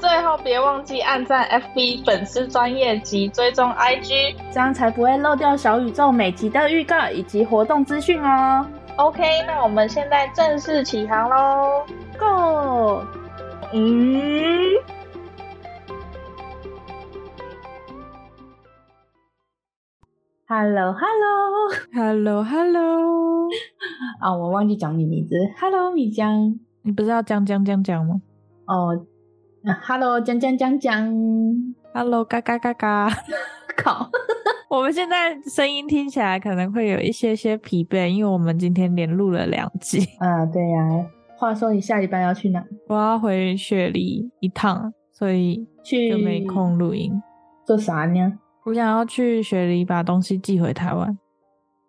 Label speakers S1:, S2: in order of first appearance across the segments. S1: 最后别忘记按赞 FB 粉丝专业及追踪 IG。
S2: 这样才不会漏掉小宇宙每集的预告以及活动资讯哦。
S1: OK，那我们现在正式起航喽
S2: ，Go！
S1: 嗯，
S2: Hello Hello
S3: Hello Hello，
S2: 啊、我忘记讲你名字，Hello 米江
S3: 你不是要讲讲讲讲吗
S2: 哦、啊 h e l l o 江江江江，
S3: ？Hello，嘎嘎嘎嘎！
S2: 靠，
S3: 我们现在声音听起来可能会有一些些疲惫，因为我们今天连录了两集。
S2: 啊对呀、话说你下礼拜要去哪？
S3: 我要回雪梨一趟，所以
S2: 去
S3: 就没空录音。
S2: 做啥呢？
S3: 我想要去雪梨把东西寄回台湾。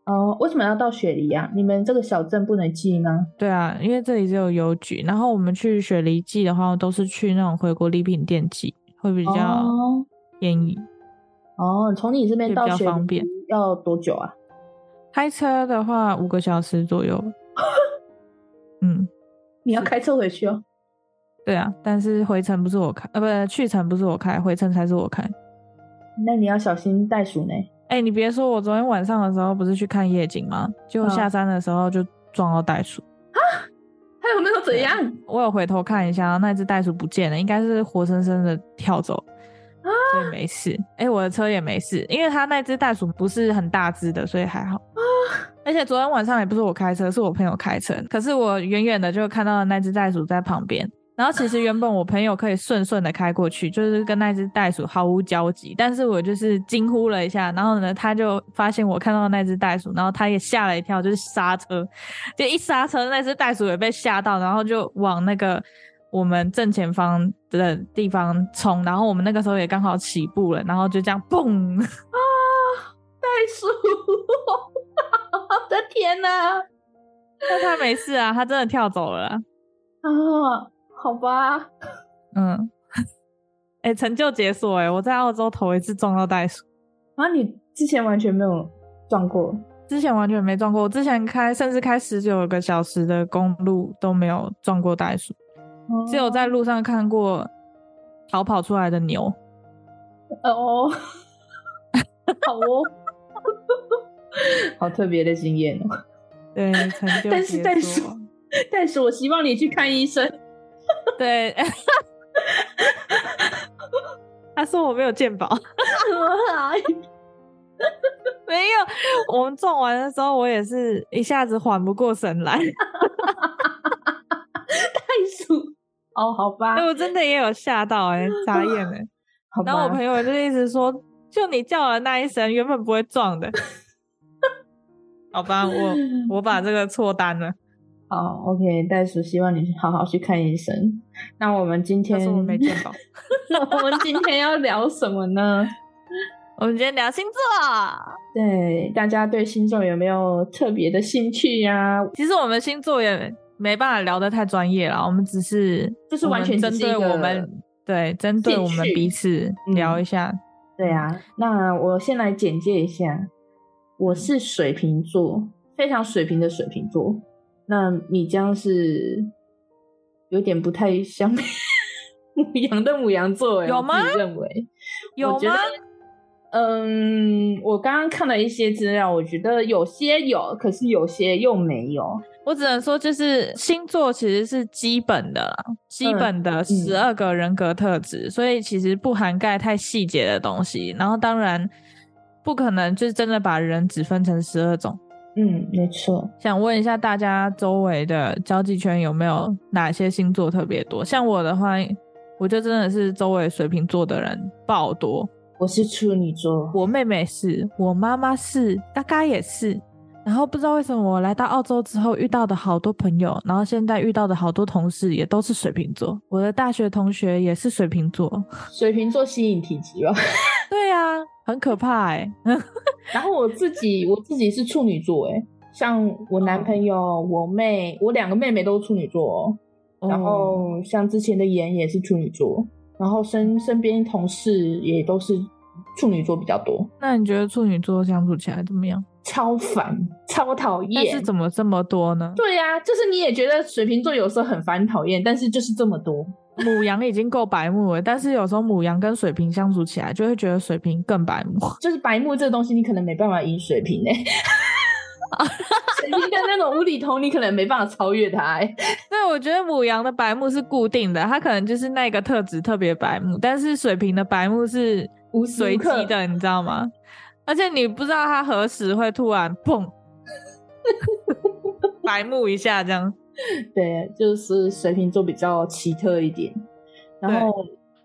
S2: 哦，为什么要到雪梨啊？你们这个小镇不能寄吗？
S3: 对啊，因为这里只有邮局，然后我们去雪梨寄的话，都是去那种回国礼品店寄，会比较
S2: 哦
S3: 便宜。
S2: 哦，从你这边
S3: 也
S2: 到
S3: 比较
S2: 雪梨
S3: 方便
S2: 要多久啊？
S3: 开车的话，五个小时左右。嗯，
S2: 你要开车回去哦。
S3: 对啊，但是回程不是我开，呃，不，去程不是我开，回程才是我开。
S2: 那你要小心袋鼠呢。
S3: 哎、你别说，我昨天晚上的时候不是去看夜景吗？结果
S2: 嗯
S3: 下山的时候就撞到袋鼠。
S2: 还有那个怎样？
S3: 我有回头看一下，那只袋鼠不见了，应该是活生生的跳走，
S2: 啊
S3: 所以没事。哎、我的车也没事，因为它那只袋鼠不是很大只的，所以还好。而且昨天晚上也不是我开车，是我朋友开车。可是我远远的就看到了那只袋鼠在旁边。然后其实原本我朋友可以顺顺的开过去，就是跟那只袋鼠毫无交集。但是我就是惊呼了一下，然后呢，他就发现我看到那只袋鼠，然后他也吓了一跳，就是刹车，就一刹车，那只袋鼠也被吓到，然后就往那个我们正前方的地方冲。然后我们那个时候也刚好起步了，然后就这样蹦。
S2: 袋鼠，我的天哪、啊！
S3: 但他没事啊，他真的跳走了啊。
S2: 啊好吧，
S3: 嗯， 哎、成就解锁哎、我在澳洲头一次撞到袋鼠，
S2: 然后啊你之前完全没有撞过，
S3: 之前完全没撞过。我之前开甚至开十九个小时的公路都没有撞过袋鼠，
S2: 哦
S3: 只有在路上看过逃跑出来的牛。
S2: 哦，好 哦，好特别的经验 哦。
S3: 对，成就
S2: 但是
S3: 解
S2: 袋
S3: 锁
S2: 鼠但是我希望你去看医生。
S3: 对， 他说我没有鉴宝，没有。我们撞完的时候，我也是一下子缓不过神来，
S2: 袋鼠，哦，好吧
S3: 哎，， 我真的也有吓到哎、眨眼 哎、
S2: 好
S3: 然后我
S2: 吧
S3: 朋，友就一直说，就你叫了那一声，原本不会撞的。 好吧，我我把这个错单了，
S2: 好，OK，袋哦鼠，希望你好好去看医生。那我们今
S3: 他
S2: 天，
S3: 说我 没鉴宝。
S2: 我们今天要聊什么呢？
S3: 我们今天聊星座，
S2: 对，大家对星座有没有特别的兴趣呀、
S3: 其实我们星座也没办法聊得太专业了，我们只是
S2: 就是完全
S3: 我们
S2: 只
S3: 针
S2: 是一
S3: 对
S2: 个
S3: 我们对针对我们
S2: 兴趣嗯
S3: 彼此聊一下。
S2: 对啊，那我先来简介一下，我
S3: 嗯
S2: 是水瓶座，非常水瓶的水瓶座。那米江是有点不太像 母羊的母羊座欸，
S3: 有吗
S2: 我自己认为
S3: 有
S2: 我觉得
S3: 吗
S2: 嗯，我刚刚看了一些资料，我觉得有些有，可是有些又没有。
S3: 我只能说，就是星座其实是基本的啦，基本的十二个人格特质，所以其实不涵盖太细节的东西。然后当然不可能就是真的把人只分成十二种。
S2: 嗯，没错。
S3: 想问一下大家周围的交际圈有没有哪些星座特别多？像我的话，我就真的是周围水瓶座的人爆多。
S2: 我是处女座，
S3: 我妹妹是，我妈妈是，嘎嘎也是。然后不知道为什么我来到澳洲之后遇到的好多朋友，然后现在遇到的好多同事也都是水瓶座，我的大学同学也是水瓶座，
S2: 水瓶座吸引体积吧。哦
S3: 对啊，很可怕哎、
S2: 然后我自己，我自己是处女座，哎，像我男朋友、我妹、我两个妹妹都是处女座、哦，然
S3: 哦哦
S2: 后像之前的妍也是处女座，然后身身边同事也都是处女座比较多，
S3: 那你觉得处女座相处起来怎么样？
S2: 超烦，超讨
S3: 但
S2: 厌
S3: 是。怎么这么多呢？
S2: 对呀、就是你也觉得水瓶座有时候很烦讨厌，但是就是这么多。
S3: 母羊已经够白目了，但是有时候母羊跟水瓶相处起来，就会觉得水瓶更白目。
S2: 就是白目这个东西，你可能没办法赢水瓶哎、水瓶跟那种无厘头，你可能没办法超越他、欸。
S3: 对，我觉得母羊的白目是固定的，它可能就是那个特质特别白目，但是水瓶的白目是
S2: 无时
S3: 随
S2: 无
S3: 机
S2: 刻
S3: 的，你知道吗？而且你不知道它何时会突然砰 白目一下这样。
S2: 对，就是水瓶座比较奇特一点。然后，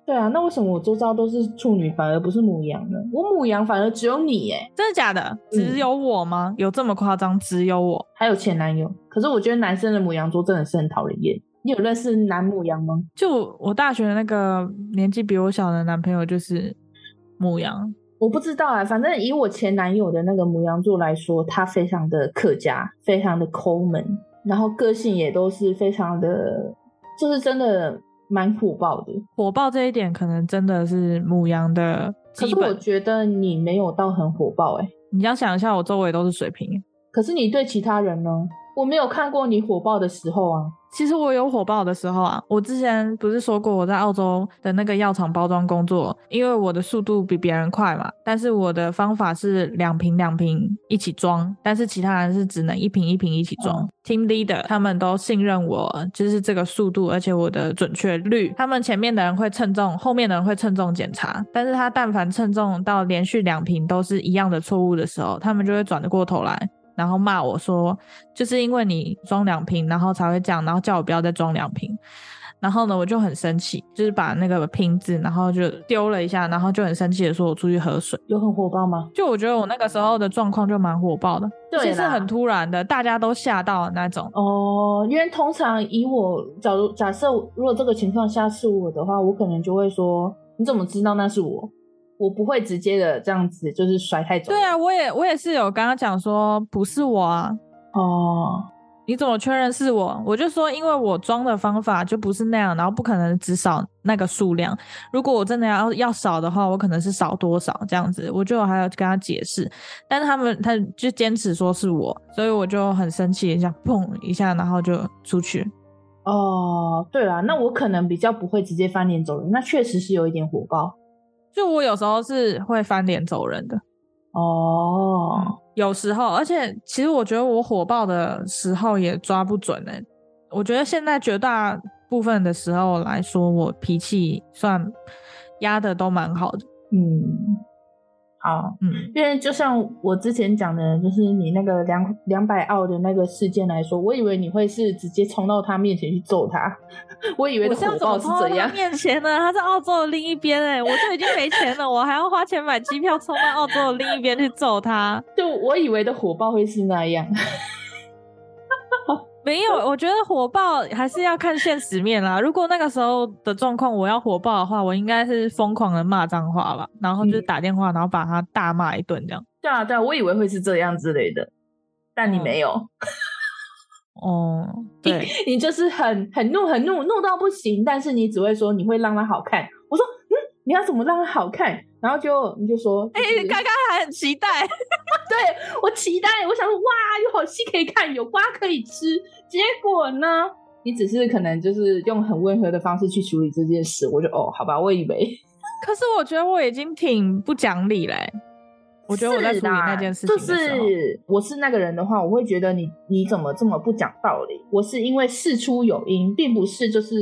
S2: 对啊，那为什么我周遭都是处女，反而不是母羊呢？我母羊反而只有你哎、
S3: 真的假的？只有我吗？有这么夸张？只有我？
S2: 还有前男友。可是我觉得男生的母羊座真的是很讨人厌。你有认识男母羊吗？
S3: 就我我大学那个年纪比我小的男朋友就是母羊，
S2: 我不知道啊，反正以我前男友的那个母羊座来说，他非常的客家，非常的抠门，然后个性也都是非常的，就是真的蛮火爆的。
S3: 火爆这一点可能真的是母羊的
S2: 可
S3: 基
S2: 是我
S3: 本。
S2: 觉得你没有到很火爆哎、
S3: 你要想一下，我周围都是水瓶。欸
S2: 可是你对其他人呢？我没有看过你火爆的时候啊。
S3: 其实我有火爆的时候啊，我之前不是说过我在澳洲的那个药厂包装工作，因为我的速度比别人快嘛，但是我的方法是两瓶两瓶一起装，但是其他人是只能一瓶一瓶一起装。
S2: 嗯
S3: Team leader 他们都信任我，就是这个速度，而且我的准确率。他们前面的人会称重，后面的人会称重检查，但是他但凡称重到连续两瓶都是一样的错误的时候，他们就会转得过头来，然后骂我说，就是因为你装两瓶，然后才会这样，然后叫我不要再装两瓶。然后呢，我就很生气，就是把那个瓶子，然后就丢了一下，然后就很生气的说我出去喝水。
S2: 有很火爆吗？
S3: 就我觉得我那个时候的状况就蛮火爆的，
S2: 对
S3: 而且是
S2: 啦
S3: 很突然的，大家都吓到的那种。
S2: 哦，因为通常以我，假如假设如果这个情况下是我的话，我可能就会说，你怎么知道那是我？我不会直接的这样子，就是甩太走。
S3: 对啊，，我也我也是有刚刚讲说不是我啊，
S2: 哦，
S3: 你怎么确认是我？我就说，因为我装的方法就不是那样，然后不可能只少那个数量。如果我真的要要少的话，我可能是少多少这样子，我就还要跟他解释。但是他们他就坚持说是我，所以我就很生气一下，砰一下，然后就出去。
S2: 哦，对啦，那我可能比较不会直接翻脸走人，那确实是有一点火爆。
S3: 就我有时候是会翻脸走人的，
S2: 哦，
S3: 有时候，而且其实我觉得我火爆的时候也抓不准呢、我觉得现在绝大部分的时候来说，我脾气算压的都蛮好的。
S2: 嗯，好，
S3: 嗯，
S2: 因为就像我之前讲的，就是你那个两两百澳的那个事件来说，我以为你会是直接冲到他面前去揍他， 我以为
S3: 我
S2: 的
S3: 这样
S2: 火
S3: 怎么
S2: 爆是
S3: 冲到
S2: 这
S3: 他
S2: 样。
S3: 面前呢？他在澳洲的另一边哎、我就已经没钱了，我还要花钱买机票冲到澳洲的另一边去揍他。
S2: 就我以为的火爆会是那样，
S3: 没有，我觉得火爆还是要看现实面啦。如果那个时候的状况我要火爆的话，我应该是疯狂的骂脏话吧，然后就是
S2: 嗯
S3: 打电话，然后把他大骂一顿这样。
S2: 对啊对啊，我以为会是这样之类的，但你没有，
S3: 哦，对，
S2: 你就是很很怒很怒怒到不行，但是你只会说你会让他好看。我说嗯，你要怎么让他好看？然后就你就说，
S3: 哎、
S2: 就是
S3: 刚刚还很 期待，
S2: 对我期待，我想说哇，有好戏可以看，有瓜可以吃。结果呢，你只是可能就是用很温和的方式去处理这件事，我就哦，好吧，我以为
S3: 可是我觉得我已经挺不讲理嘞、我觉得我在处理那件事情
S2: 是
S3: 的时
S2: 啦
S3: 候，
S2: 就是我是那个人的话，我会觉得你你怎么这么不讲道理？我是因为事出有因，并不是就是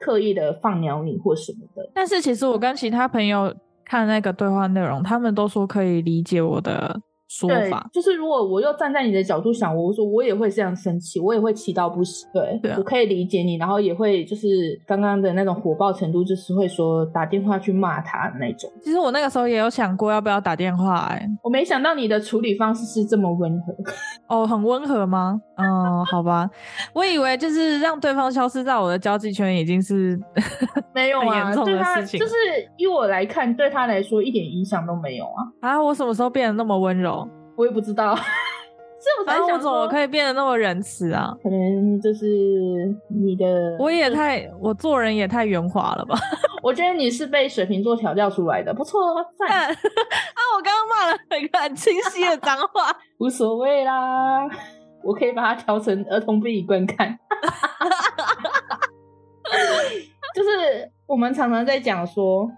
S2: 刻意的放鸟你或什么的。
S3: 但是其实我跟其他朋友看那个对话内容，他们都说可以理解我的说
S2: 对
S3: 法，。
S2: 就是如果我又站在你的角度想，我说我也会这样生气，我也会气到不行。对，
S3: 对啊
S2: 我可以理解你，然后也会就是刚刚的那种火爆程度，就是会说打电话去骂他那种。
S3: 其实我那个时候也有想过要不要打电话、欸，
S2: 我没想到你的处理方式是这么温和，
S3: 哦，很温和吗？嗯，好吧，我以为就是让对方消失在我的交际圈已经是
S2: 没有
S3: 很
S2: 啊？
S3: 严重的
S2: 对他
S3: 事情
S2: 就是依我来看，对他来说一点影响都没有啊。
S3: 啊，我什么时候变得那么温柔？
S2: 我也不知道， 是我才
S3: 然后我
S2: 想
S3: 怎
S2: 说，
S3: 么可以变得那么仁慈啊？
S2: 可能就是你的，
S3: 我也太，我做人也太圆滑了吧？
S2: 我觉得你是被水瓶座调教出来的，不错，赞，
S3: 啊，我刚刚骂了一个很清晰的脏话，
S2: 无所谓啦，我可以把它调成儿童不宜观看。 就是我们常常在讲说，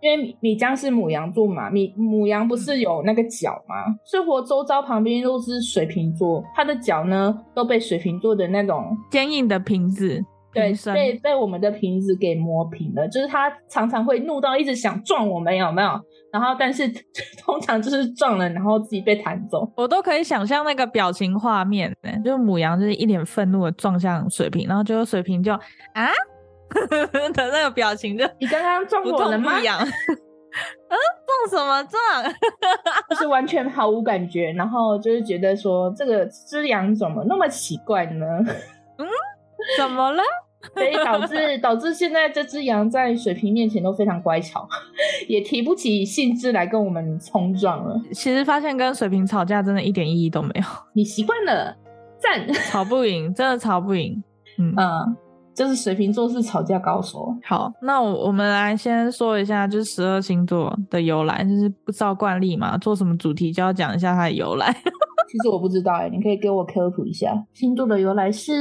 S2: 因为米江是母羊座嘛，米母羊不
S3: 嗯
S2: 是有那个角吗？生活周遭旁边都是水瓶座，它的角呢都被水瓶座的那种
S3: 坚硬的瓶子，
S2: 对
S3: 瓶，身
S2: 被被我们的瓶子给磨平了，就是他常常会怒到一直想撞我们，有没有？然后但是 通常就是撞了，然后自己被弹走。
S3: 我都可以想象那个表情画面、欸，就是母羊就是一脸愤怒的撞向水瓶，然后就是水瓶就啊 的那个表情就
S2: 你刚刚撞
S3: 不
S2: 我了
S3: 痛不
S2: 吗？
S3: 痒。 嗯，撞什么撞？
S2: 就是完全毫无感觉，然后就是觉得说这个只羊怎么那么奇怪呢？
S3: 怎么了？
S2: 所以导致导致现在这只羊在水瓶面前都非常乖巧，也提不起兴致来跟我们冲撞了。
S3: 其实发现跟水瓶吵架真的一点意义都没有，
S2: 你习惯了，赞，
S3: 吵不赢，真的吵不赢。嗯，
S2: 嗯，就是水瓶座是吵架高手。
S3: 好，那我我们来先说一下，就是十二星座的由来，就是不照惯例嘛，做什么主题就要讲一下它的由来。
S2: 其实我不知道哎，你可以给我科普一下星座的由来是？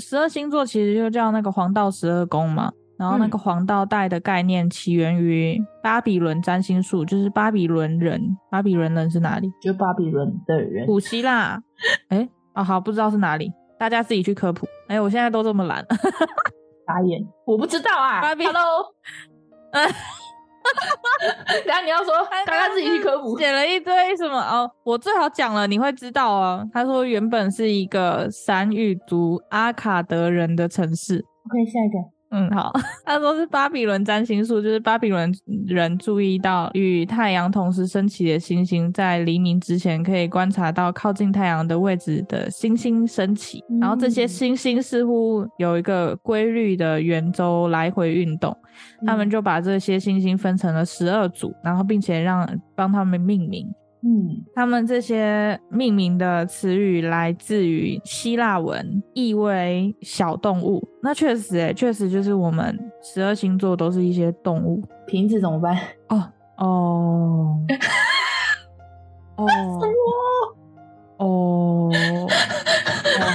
S3: 十二星座其实就叫那个黄道十二宫嘛。然后那个
S2: 嗯
S3: 黄道带的概念起源于巴比伦占星术，就是巴比伦人。巴比伦人是哪里？
S2: 就巴比伦的人，
S3: 古希腊。哎，哦好，不知道是哪里，大家自己去科普。哎，我现在都这么懒，
S2: 傻眼，我不知道啊。
S3: 巴比
S2: Hello，
S3: 嗯
S2: 呃哎等下你要说，刚刚自己去科 普。
S3: 写了一堆什么哦，我最好讲了，你会知道哦。他说原本是一个闪语族阿卡德人的城市。
S2: OK，下一个，
S3: 嗯，好。 他说是巴比伦占星术，就是巴比伦人注意到与太阳同时升起的星星，在黎明之前可以观察到靠近太阳的位置的星星升起，然后这些
S2: 嗯
S3: 星星似乎有一个规律的圆周来回运动。
S2: 嗯
S3: 他们就把这些星星分成了十二组，然后并且让帮他们命名。
S2: 嗯
S3: 他们这些命名的词语来自于希腊文，意为小动物。那确实、欸，确实就是我们十二星座都是一些动物
S2: 嗯瓶子怎么办？
S3: 哦。哦哦哦，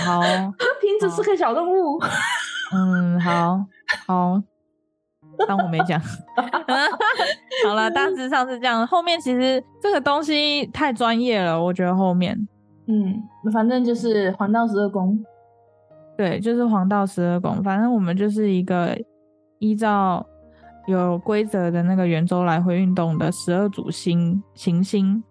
S3: 好，
S2: 瓶子是个小动物，
S3: 嗯，好好，当我没讲。 好了，大致上是这样。后面其实这个东西太专业了，我觉得后面
S2: 嗯，反正就是黄道十二宫，
S3: 对，就是黄道十二宫，反正我们就是一个依照有规则的那个圆周来回运动的十二组星行星。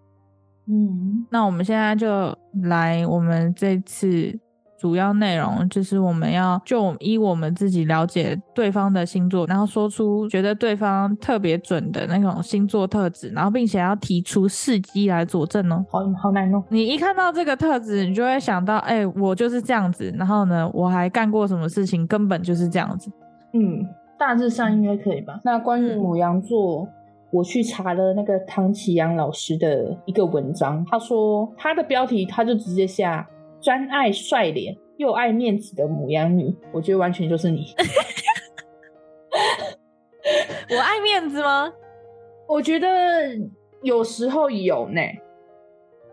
S2: 嗯
S3: 那我们现在就来我们这次主要内容，就是我们要就依我们自己了解对方的星座，然后说出觉得对方特别准的那种星座特质，然后并且要提出事迹来佐证哦。
S2: 好好难弄，
S3: 你一看到这个特质，你就会想到，哎、我就是这样子。然后呢，我还干过什么事情，根本就是这样子。
S2: 嗯，大致上应该可以吧。嗯那关于母羊座，我去查了那个唐启阳老师的一个文章，他说他的标题他就直接下“专爱帅脸又爱面子的母羊女”，我觉得完全就是你。
S3: 我爱面子吗？
S2: 我觉得有时候有呢，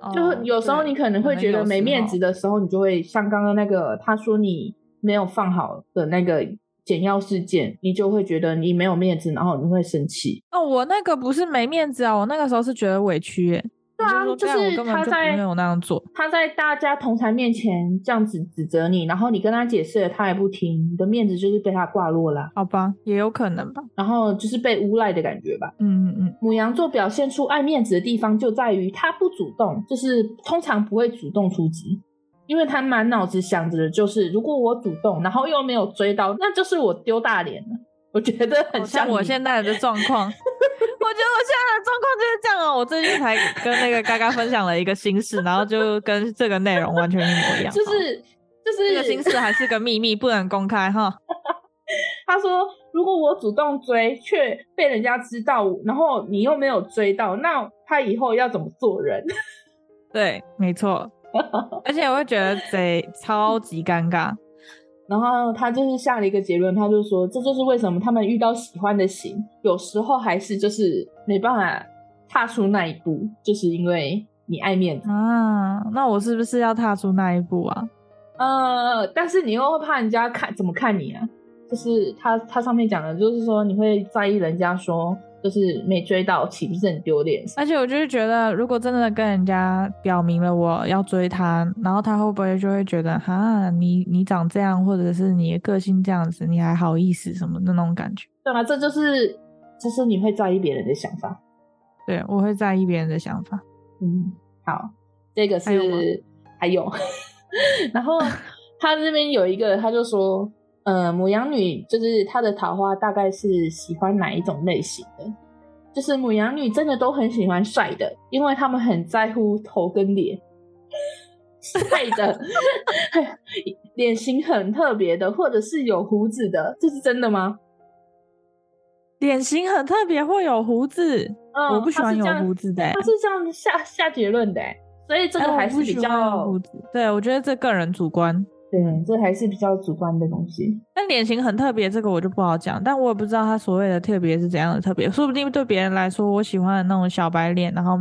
S3: 哦
S2: 就是有时候
S3: 对
S2: 你可能会觉
S3: 有
S2: 得
S3: 时
S2: 没面
S3: 候
S2: 子的时候，你就会像刚刚那个他说你没有放好的那个简要事件，你就会觉得你没有面子，然后你会生气。
S3: 哦，我那个不是没面子啊，我那个时候是觉得委屈耶、
S2: 对啊
S3: 我就
S2: 就
S3: 说干
S2: 是
S3: 我根本
S2: 他
S3: 就
S2: 在
S3: 没有那样做。
S2: 他在大家同台面前这样子指责你，然后你跟他解释了，他也不听，你的面子就是被他挂落啦，
S3: 好吧，也有可能吧。
S2: 然后就是被诬赖的感觉吧。
S3: 嗯嗯嗯，
S2: 母羊座表现出爱面子的地方就在于他不主动，就是通常不会主动出击，因为他满脑子想着的就是，如果我主动，然后又没有追到，那就是我丢大脸了。 我觉得
S3: 好
S2: 很
S3: 哦像我
S2: 你
S3: 现在的状 况。我觉得我现在的状况就是这样哦、我最近才跟那个嘎嘎分享了一个心事，然后就跟这个内容完全一模一样。
S2: 就
S3: 好
S2: 是就
S3: 哦这
S2: 是
S3: 个心事还是个秘密，不能公开哈。
S2: 他说，如果我主动追，却被人家知道，然后你又没有追到，那他以后要怎么做人？
S3: 对，没错。而且我会觉得贼超级尴尬。
S2: 然后他就是下了一个结论，他就说，这就是为什么他们遇到喜欢的型，有时候还是就是没办法踏出那一步，就是因为你爱面子，
S3: 啊，那我是不是要踏出那一步啊？
S2: 呃，但是你又会怕人家看怎么看你啊？就是他他上面讲的，就是说你会在意人家说，就是没追到，岂不是很丢脸？
S3: 而且我就是觉得，如果真的跟人家表明了我要追他，然后他会不会就会觉得，哈，你你长这样，或者是你的个性这样子，你还好意思什么的那种感觉？
S2: 对啊，这就是就是你会在意别人的想法。
S3: 对我会在意别人的想法。
S2: 嗯，好，这个是
S3: 还有吗
S2: 还有 然后他这边有一个，他就说，呃，母羊女就是她的桃花大概是喜欢哪一种类型的？就是母羊女真的都很喜欢帅的，因为他们很在乎头跟脸。帅的， 脸型很特别的，或者是有胡子的，这是真的吗？
S3: 脸型很特别，会有胡子，
S2: 嗯，
S3: 我不喜
S2: 他
S3: 欢
S2: 是
S3: 有
S2: 这样
S3: 胡子的、欸
S2: 他。是这样下下结论的欸、所以这
S3: 哎
S2: 个
S3: 我
S2: 还
S3: 不
S2: 是比
S3: 喜
S2: 较、
S3: 欢有胡子，对我觉得这个人主观。
S2: 对，这还是比较主观的东西。
S3: 但脸型很特别，这个我就不好讲。但我也不知道他所谓的特别是怎样的特别，说不定对别人来说，我喜欢的那种小白脸，然后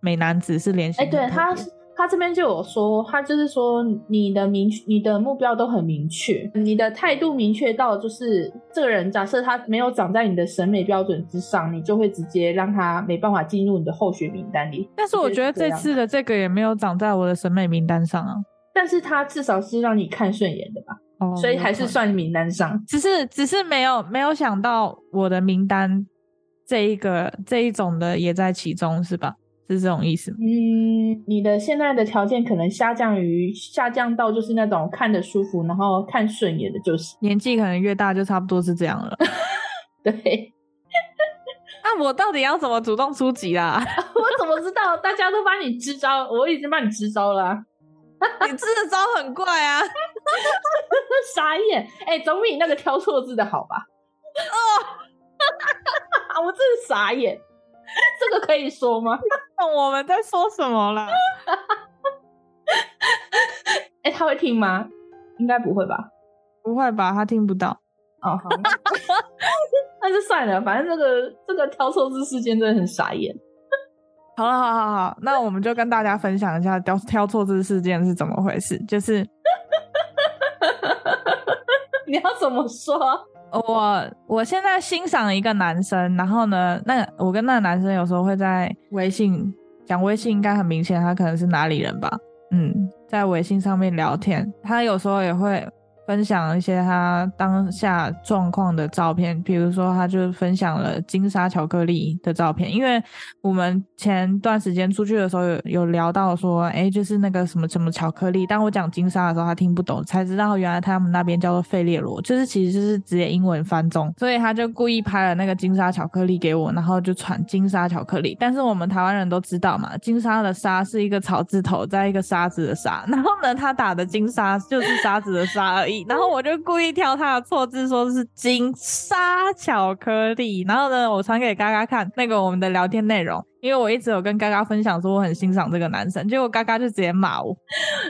S3: 美男子是脸型
S2: 哎、
S3: 很特别。
S2: 对他他这边就有说，他就是说你的明你的目标都很明确，你的态度明确到就是这个人，假设他没有长在你的审美标准之上，你就会直接让他没办法进入你的候选名单里。
S3: 但是我觉得
S2: 这
S3: 这
S2: 样
S3: 次的这个也没有长在我的审美名单上啊。
S2: 但是他至少是让你看顺眼的吧，
S3: 哦
S2: 所以还是
S3: 有可能
S2: 算名单上。
S3: 只是只是没有没有想到我的名单这一个这一种的也在其中是吧？是这种意思吗？
S2: 嗯，你的现在的条件可能下降于下降到就是那种看着舒服，然后看顺眼的就行。
S3: 年纪可能越大就差不多是这样了。
S2: 对。
S3: 那、我到底要怎么主动出击啊啦？
S2: 我怎么知道？大家都帮你支招，我已经帮你支招了啊、
S3: 你这个招很怪啊！
S2: 傻眼！哎、总比你那个挑错字的好吧？ 哦，我真是傻眼，这个可以说吗？
S3: 那我们在说什么啦？
S2: 哎、他会听吗？应该不会吧？
S3: 不会吧？他听不到。
S2: 哦，好， 那就算了，反正这个这个挑错字事件真的很傻眼。
S3: 好了，好好好，那我们就跟大家分享一下挑挑错字事件是怎么回事。就是
S2: 你要怎么说？
S3: 我我现在欣赏一个男生，然后呢，那我跟那个男生有时候会在微信讲微信，应该很明显，他可能是哪里人吧？嗯，在微信上面聊天，他有时候也会分享一些他当下状况的照片，比如说他就分享了金沙巧克力的照片，因为我们前段时间出去的时候有有聊到说，哎，就是那个什么什么巧克力，当我讲金沙的时候，他听不懂，才知道原来他们那边叫做费列罗，就是其实就是直接英文翻中，所以他就故意拍了那个金沙巧克力给我，然后就传金沙巧克力，但是我们台湾人都知道嘛，金沙的沙是一个草字头，在一个沙子的沙，然后呢，他打的金沙就是沙子的沙而已，然后我就故意挑他的错字，说是金沙巧克力，然后呢，我传给嘎嘎看那个我们的聊天内容，因为我一直有跟嘎嘎分享说我很欣赏这个男生，结果嘎嘎就直接骂我，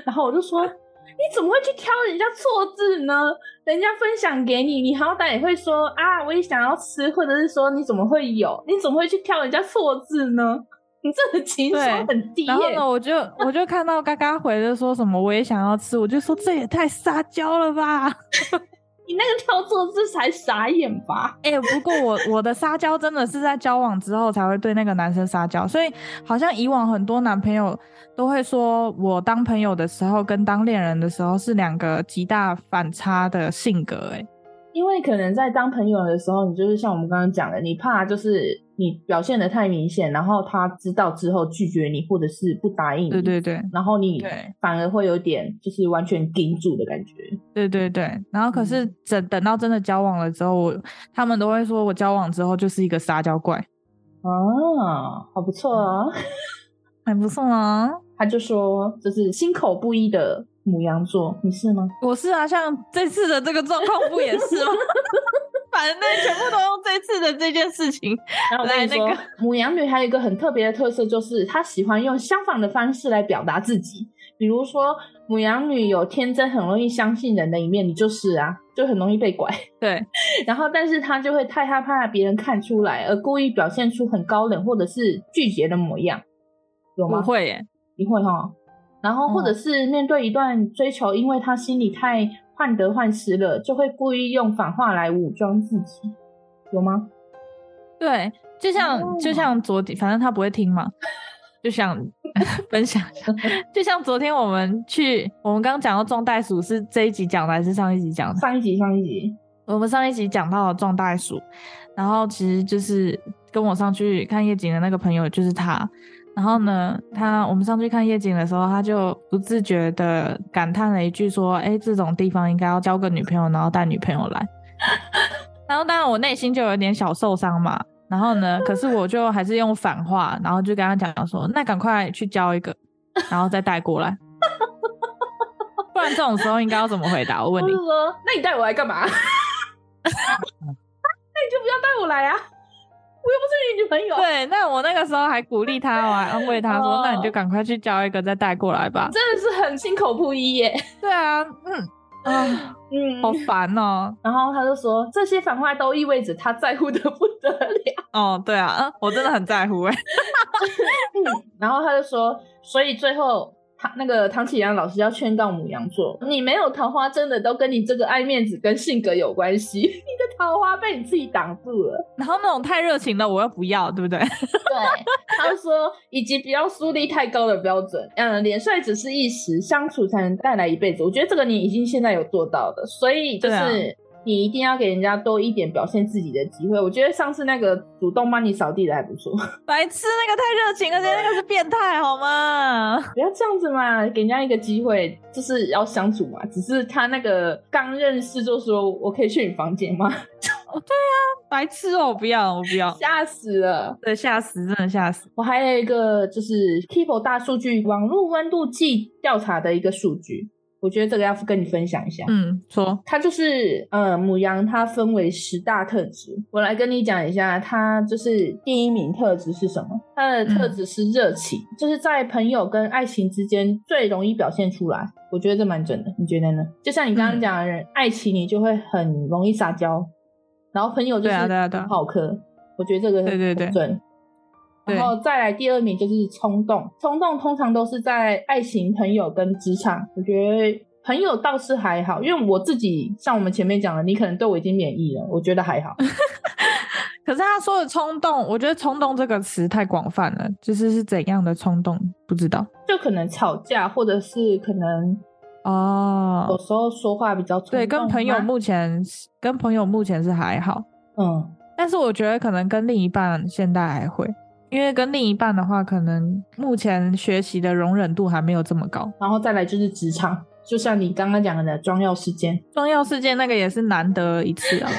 S2: 然后我就说，你怎么会去挑人家错字呢？人家分享给你，你好歹也会说啊，我也想要吃，或者是说你怎么会有？你怎么会去挑人家错字呢？你这个情商很低耶、
S3: 然后呢，我就我就看到嘎嘎回的说什么我也想要吃，我就说这也太撒娇了吧。
S2: 你那个跳坐姿才傻眼吧？
S3: 哎、不过我我的撒娇真的是在交往之后才会对那个男生撒娇，所以好像以往很多男朋友都会说我当朋友的时候跟当恋人的时候是两个极大反差的性格、哎，
S2: 因为可能在当朋友的时候，你就是像我们刚刚讲的，你怕就是你表现的太明显，然后他知道之后拒绝你，或者是不答应你，
S3: 对对对
S2: 然后你
S3: 对
S2: 反而会有点就是完全顶住的感觉。
S3: 对对对，然后可是等等到真的交往了之后，我他们都会说我交往之后就是一个撒娇怪，
S2: 啊，好不错 啊！
S3: 很不错啊。
S2: 他就说就是心口不一的母羊座，你是吗？
S3: 我是啊，像这次的这个状况不也是吗？ 反正全部都用这次的这件事情。
S2: 然后我跟你
S3: 来
S2: 说
S3: 那个
S2: 母羊女还有一个很特别的特色，就是她喜欢用相反的方式来表达自己。比如说，母羊女有天真，很容易相信人的一面，你就是啊，就很容易被拐。
S3: 对，
S2: 然后，但是她就会太害怕别人看出来，而故意表现出很高冷或者是拒绝的模样，有
S3: 我
S2: 吗？
S3: 会耶。
S2: 你会哈。然后或者
S3: 嗯
S2: 是面对一段追求，因为他心里太患得患失了，就会故意用反话来武装自己，有吗？
S3: 对，就像、就像昨天，反正他不会听嘛，就想分享一下。就像昨天我们去，我们刚刚讲到撞袋鼠是这一集讲的还是上一集讲的？
S2: 上一集，上一集，
S3: 我们上一集讲到了撞袋鼠，然后其实就是跟我上去看夜景的那个朋友就是他。然后呢，他我们上去看夜景的时候，他就不自觉的感叹了一句说：“哎，这种地方应该要交个女朋友，然后带女朋友来。” 然后当然我内心就有点小受伤嘛。然后呢，可是我就还是用反话，然后就跟他讲说：“那赶快去交一个，然后再带过来。”不然这种时候应该要怎么回答？我问
S2: 他
S3: 你
S2: 就。说：“那你带我来干嘛？ 那你就不要带我来啊！我又不是你女朋友。”
S3: 对，那我那个时候还鼓励他，我还安慰他 说：“
S2: 哦
S3: 那你就赶快去交一个，再带过来吧。
S2: 真的是很心口不一耶。”
S3: 对啊，嗯啊，
S2: 嗯
S3: 好烦哦、
S2: 然后他就说，这些反话都意味着他在乎的不得了。
S3: 哦，对啊，嗯，我真的很在乎哎、嗯
S2: 然后他就说，所以最后他那个唐启阳老师要劝告母羊座，你没有桃花，真的都跟你这个爱面子跟性格有关系。 你的桃花被你自己挡住了。
S3: 然后那种太热情的我又不要，对不 对？
S2: 对，他就说，以及不要树立太高的标准。嗯，脸帅只是一时，相处才能带来一辈子。我觉得这个你已经现在有做到了，所以就
S3: 对啊
S2: 是。你一定要给人家多一点表现自己的机会。我觉得上次那个主动帮你扫地的还不错。
S3: 白痴，那个太热情，而且那个是变态好吗？
S2: 不要这样子嘛，给人家一个机会，就是要相处嘛。只是他那个刚认识就说我可以去你房间吗？，
S3: 白痴哦、我不要，我不要
S2: 吓死了！
S3: 对，吓死，真的吓死。
S2: 我还有一个就是 Keepo 大数据网络温度计调查的一个数据，我觉得这个要跟你分享一下。
S3: 嗯，说
S2: 它就是呃，母羊它分为十大特质，我来跟你讲一下，它就是第一名特质是什么？它
S3: 嗯
S2: 的特质是热情，就是在朋友跟爱情之间最容易表现出来。我觉得这蛮准的，你觉得呢？就像你
S3: 嗯
S2: 刚刚讲的人，爱情你就会很容易撒娇，然后朋友就
S3: 对
S2: 是
S3: 啊对啊对啊
S2: 好客。我觉得这个
S3: 对对对
S2: 很准。
S3: 对
S2: 然后再来第二名就是冲动，冲动通常都是在爱情、朋友跟职场。我觉得朋友倒是还好，因为我自己像我们前面讲的，你可能对我已经免疫了，我觉得还 好。
S3: 可是他说的冲动，我觉得“冲动”这个词太广泛了，就是是怎样的冲动，不知道
S2: 就可能吵架，或者是可能
S3: 哦。
S2: 有时候说话比较冲动啊
S3: 对，跟朋友
S2: 吗
S3: 目前是跟朋友目前是还好，
S2: 嗯，
S3: 但是我觉得可能跟另一半现在还会，因为跟另一半的话，可能目前学习的容忍度还没有这么高。
S2: 然后再来就是职场，就像你刚刚讲的装药事件，
S3: 重要事件那个也是难得一次啊，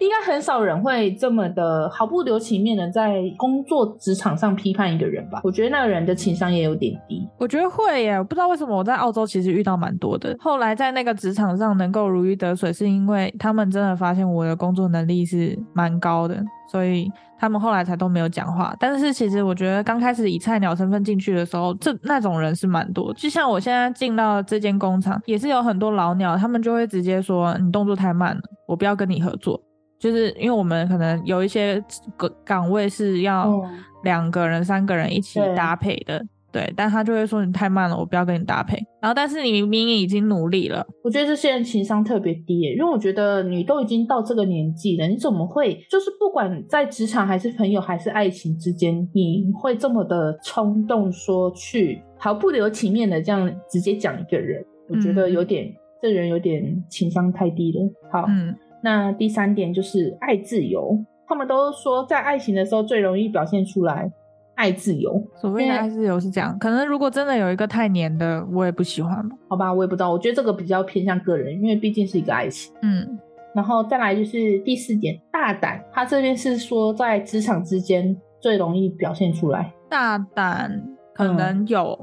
S2: 应该很少人会这么的毫不留情面的在工作职场上批判一个人吧？我觉得那个人的情商也有点低。
S3: 我觉得会耶，我不知道为什么我在澳洲其实遇到蛮多的。后来在那个职场上能够如鱼得水，是因为他们真的发现我的工作能力是蛮高的，所以他们后来才都没有讲话。但是其实我觉得刚开始以菜鸟身份进去的时候，这那种人是蛮多。就像我现在进到这间工厂，也是有很多老鸟，他们就会直接说你动作太慢了，我不要跟你合作。就是因为我们可能有一些岗岗位是要
S2: 嗯
S3: 两个人、三个人一起
S2: 对
S3: 搭配的，对，但他就会说你太慢了，我不要跟你搭配。然后，但是你明明已经努力了，
S2: 我觉得这些人情商特别低耶、因为我觉得你都已经到这个年纪了，你怎么会就是不管在职场还是朋友还是爱情之间，你会这么的冲动说去毫不留情面的这样直接讲一个人？我觉得有点、这人有点情商太低了。好，
S3: 嗯，
S2: 那第三点就是爱自由，他们都说在爱情的时候最容易表现出来爱自由。
S3: 所谓的
S2: 对
S3: 爱自由是这样。可能如果真的有一个太黏的，我也不喜欢吧。
S2: 好吧，我也不知道，我觉得这个比较偏向个人，因为毕竟是一个爱情。
S3: 嗯
S2: 然后再来就是第四点，大胆。他这边是说在职场之间最容易表现出来，
S3: 大胆可能有，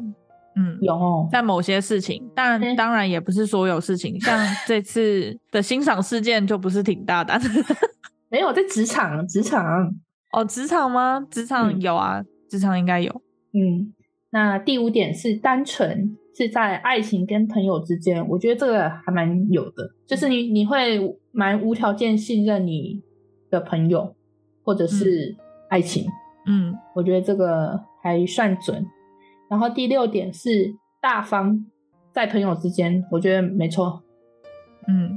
S3: 嗯，
S2: 有哦。
S3: 在某些事情，但
S2: 嗯
S3: 当然也不是所有事情。像这次的欣赏事件就不是挺大 胆的。
S2: 没有在职场，职场，
S3: 哦，职场吗？职
S2: 嗯
S3: 场有啊，职场应该有。
S2: 嗯。那第五点是单纯，是在爱情跟朋友之间，我觉得这个还蛮有的，就是你你会蛮无条件信任你的朋友或者是爱情，
S3: 嗯，
S2: 我觉得这个还算准。然后第六点是大方，在朋友之间，我觉得没错，
S3: 嗯，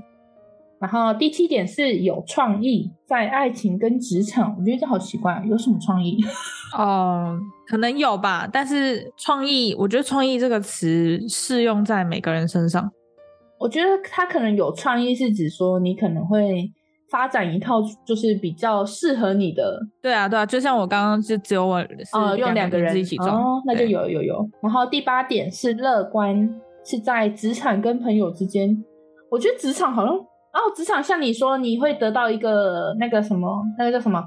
S2: 然后第七点是有创意，在爱情跟职场，我觉得这好奇怪，有什么创意？
S3: 哦，可能有吧，但是创意，我觉得“创意”这个词适用在每个人身上。
S2: 我觉得他可能有创意是指说你可能会发展一套就是比较适合你的，
S3: 对啊，对啊，就像我刚刚就只有我是
S2: 呃，用两
S3: 哦两
S2: 个人
S3: 字一起装，
S2: 哦，那就
S3: 对。
S2: 有有有。然后第八点是乐观，是在职场跟朋友之间，我觉得职场好像哦，职场像你说你会得到一个那个什么，那个叫什么？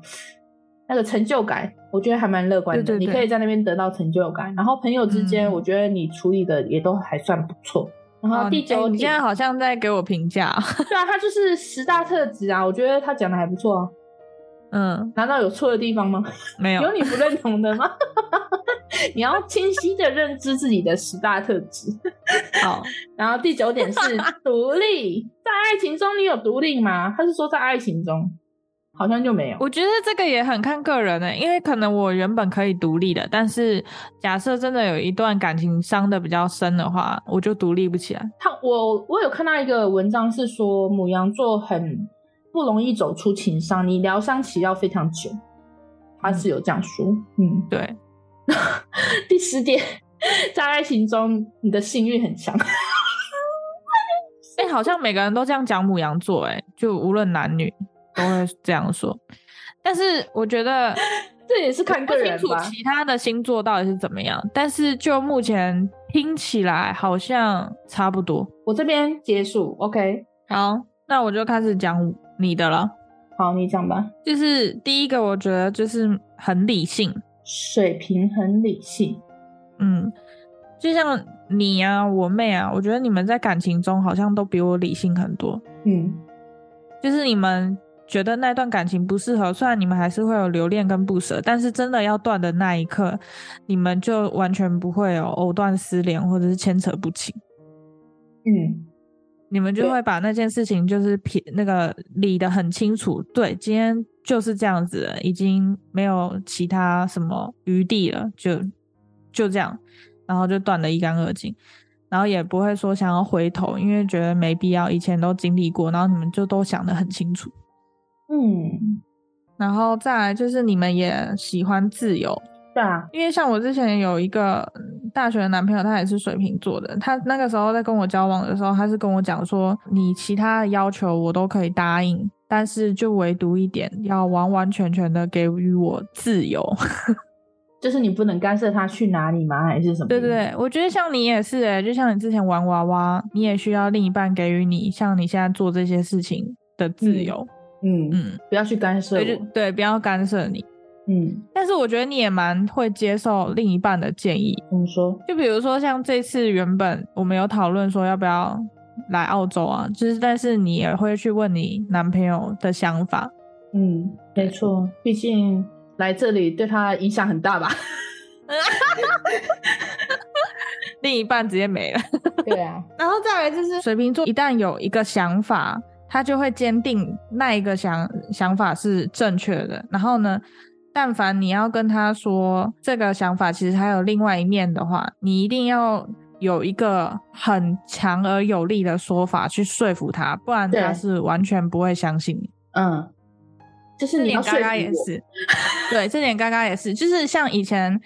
S2: 那个成就感，我觉得还蛮乐观的。
S3: 对对对
S2: 你可以在那边得到成就感，然后朋友之间，
S3: 嗯
S2: 我觉得你处理的也都还算不错。然后
S3: 哦
S2: 第
S3: 你哎
S2: 九
S3: 你现
S2: 点，
S3: 在好像在给我评价哦，
S2: 对啊，他就是十大特质啊，我觉得他讲的还不错啊。
S3: 嗯，
S2: 难道有错的地方吗？
S3: 没有
S2: 有，你不认同的吗？ 你要清晰的认知自己的十大特质。
S3: 好，
S2: 然后第九点是独立， 在爱情中你有独立吗？他是说在爱情中好像就没有。
S3: 我觉得这个也很看个人呢、欸因为可能我原本可以独立的，但是假设真的有一段感情伤的比较深的话，我就独立不起来。
S2: 他我我有看到一个文章是说母羊座很不容易走出情伤，你疗伤期要非常久，他是有这样说。嗯，
S3: 对，
S2: 第十点， 在爱情中你的性欲很强。
S3: 哎、好像每个人都这样讲母羊座、欸，哎，就无论男女都会这样说。但是我觉得
S2: 这也是 看个人
S3: 不清
S2: 吧
S3: 楚其他的星座到底是怎么样，但是就目前听起来好像差不多。
S2: 我这边结束，OK，
S3: 好，那我就开始讲你的了。
S2: 好，你讲吧。
S3: 就是第一个，我觉得就是很理性，
S2: 水平很理性，
S3: 嗯，就像你啊，我妹啊，我觉得你们在感情中好像都比我理性很多。
S2: 嗯，
S3: 就是你们觉得那段感情不适合，虽然你们还是会有留恋跟不舍，但是真的要断的那一刻，你们就完全不会有藕断丝连或者是牵扯不清，
S2: 嗯，
S3: 你们就
S2: 对
S3: 会把那件事情就是撇那个理得很清楚。对，今天就是这样子了，已经没有其他什么余地了，就就这样，然后就断得一干二净。然后也不会说想要回头，因为觉得没必要，以前都经历过，然后你们就都想得很清楚。
S2: 嗯，
S3: 然后再来就是你们也喜欢自由，
S2: 对啊，
S3: 因为像我之前有一个嗯大学的男朋友，他也是水瓶座的，他那个时候在跟我交往的时候，他是跟我讲说，你其他的要求我都可以答应，但是就唯独一点要完完全全的给予我自由。
S2: 就是你不能干涉他去哪里吗？还是什么？
S3: 对对，对，我觉得像你也是诶、欸就像你之前玩娃娃，你也需要另一半给予你像你现在做这些事情的自
S2: 嗯
S3: 由，
S2: 嗯，
S3: 嗯，
S2: 不要去干涉
S3: 所以就
S2: 我，
S3: 对，不要干涉你。
S2: 嗯，
S3: 但是我觉得你也蛮会接受另一半的建议，
S2: 怎么说？
S3: 就比如说像这次原本我们有讨论说要不要来澳洲啊，就是但是你也会去问你男朋友的想法，
S2: 嗯，没错，毕竟来这里对他影响很大吧？
S3: 另一半直接没了。
S2: 对啊，
S3: 然后再来就是水瓶座，一旦有一个想法，他就会坚定那一个想想法是正确的，然后呢，但凡你要跟他说这个想法，其实还有另外一面的话，你一定要有一个很强而有力的说法去说服他，不然他
S2: 对
S3: 是完全不会相信你。
S2: 嗯，就是
S3: 这
S2: 你要
S3: 点嘎
S2: 说服
S3: 嘎也
S2: 我，
S3: 是，对，这点嘎嘎也是，就是像以前，